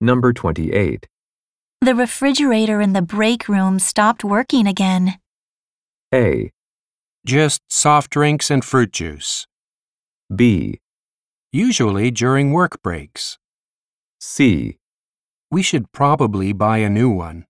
Number 28. The refrigerator in the break room stopped working again. A, Just soft drinks and fruit juice, B, usually during work breaks. C. We should probably buy a new one.